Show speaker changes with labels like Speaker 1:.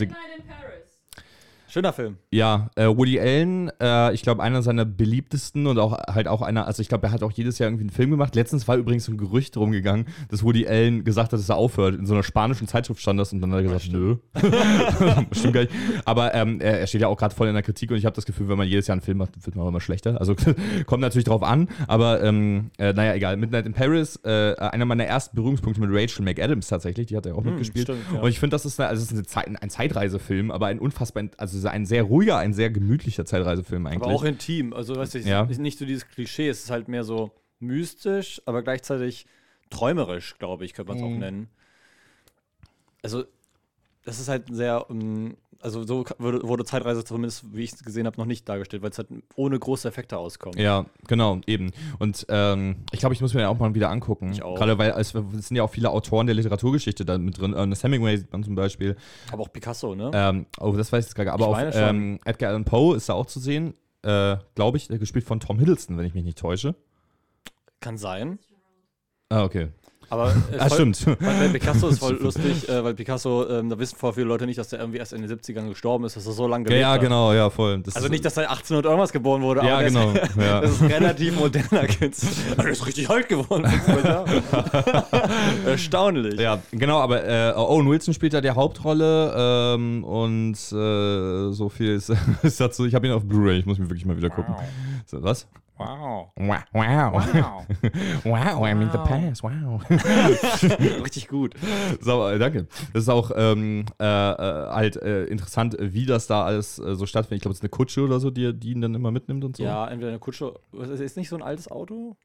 Speaker 1: Midnight in Paris.
Speaker 2: Schöner Film.
Speaker 3: Also, Ja, äh, Woody Allen, äh, ich glaube, einer seiner beliebtesten und auch halt auch einer, also ich glaube, er hat auch jedes Jahr irgendwie einen Film gemacht. Letztens war übrigens so ein Gerücht rumgegangen, dass Woody Allen gesagt hat, dass er aufhört. In so einer spanischen Zeitschrift stand das und dann hat er gesagt, nö. Stimmt gar nicht. Aber ähm, er, er steht ja auch gerade voll in der Kritik und ich habe das Gefühl, wenn man jedes Jahr einen Film macht, wird man auch immer schlechter. Also kommt natürlich drauf an, aber ähm, äh, naja, egal. Midnight in Paris, äh, einer meiner ersten Berührungspunkte mit Rachel McAdams tatsächlich, die hat er auch mitgespielt.
Speaker 2: Hm, stimmt, ja.
Speaker 3: Und ich finde, das ist, eine, also es ist eine Zeit, ein Zeitreisefilm, aber ein unfassbar, also ein sehr ruhiger, ein sehr gemütlicher Zeitreisefilm eigentlich.
Speaker 2: Aber auch intim. Also, weißt du, es
Speaker 3: Ja.
Speaker 2: ist nicht so dieses Klischee. Es ist halt mehr so mystisch, aber gleichzeitig träumerisch, glaube ich, könnte man es auch nennen. Also, das ist halt ein sehr. ähm, Also, so ka- wurde, wurde Zeitreise zumindest, wie ich es gesehen habe, noch nicht dargestellt, weil es halt ohne große Effekte auskommt.
Speaker 3: Ja, genau, eben. Und ähm, ich glaube, ich muss mir den auch mal wieder angucken.
Speaker 2: Ich auch.
Speaker 3: Gerade weil es, es sind ja auch viele Autoren der Literaturgeschichte da mit drin. Ernest Hemingway sieht man zum Beispiel.
Speaker 2: Aber auch Picasso, ne?
Speaker 3: Ähm, oh, das weiß ich jetzt gar nicht. Aber
Speaker 2: Ich
Speaker 3: auch
Speaker 2: meine schon.
Speaker 3: ähm, Edgar Allan Poe ist da auch zu sehen. Äh, glaube ich, gespielt von Tom Hiddleston, wenn ich mich nicht täusche.
Speaker 2: Kann sein.
Speaker 3: Ah, okay.
Speaker 2: Aber äh,
Speaker 3: Ah,
Speaker 2: voll-
Speaker 3: stimmt.
Speaker 2: Weil bei Picasso ist voll lustig, äh, weil Picasso, ähm, da wissen voll viele Leute nicht, dass der irgendwie erst in den 70ern gestorben ist, dass er so lange
Speaker 3: Ja,
Speaker 2: gelebt
Speaker 3: ja,
Speaker 2: hat.
Speaker 3: genau, ja, voll. Das
Speaker 2: Also
Speaker 3: ist-
Speaker 2: nicht, dass er 1800 irgendwas geboren wurde,
Speaker 3: Ja,
Speaker 2: der
Speaker 3: genau.
Speaker 2: Ist,
Speaker 3: ja.
Speaker 2: Das ist ein relativ moderner Künstler. Er ist richtig alt geworden. Erstaunlich.
Speaker 3: Ja, genau, aber äh, Owen Wilson spielt da die Hauptrolle ähm, und äh, so viel ist, ist dazu. Ich habe ihn auf Blu-ray, ich muss mir wirklich mal wieder gucken. So, was?
Speaker 2: Wow.
Speaker 3: Wow. Wow. Wow, I'm in the past. Wow.
Speaker 2: richtig gut.
Speaker 3: so, äh, danke. Das ist auch ähm, äh, äh, halt äh, interessant, äh, wie das da alles äh, so stattfindet. Ich glaube, es ist eine Kutsche oder so, die, die ihn dann immer mitnimmt und so.
Speaker 2: Ja, entweder eine Kutsche. Es ist nicht so ein altes Auto.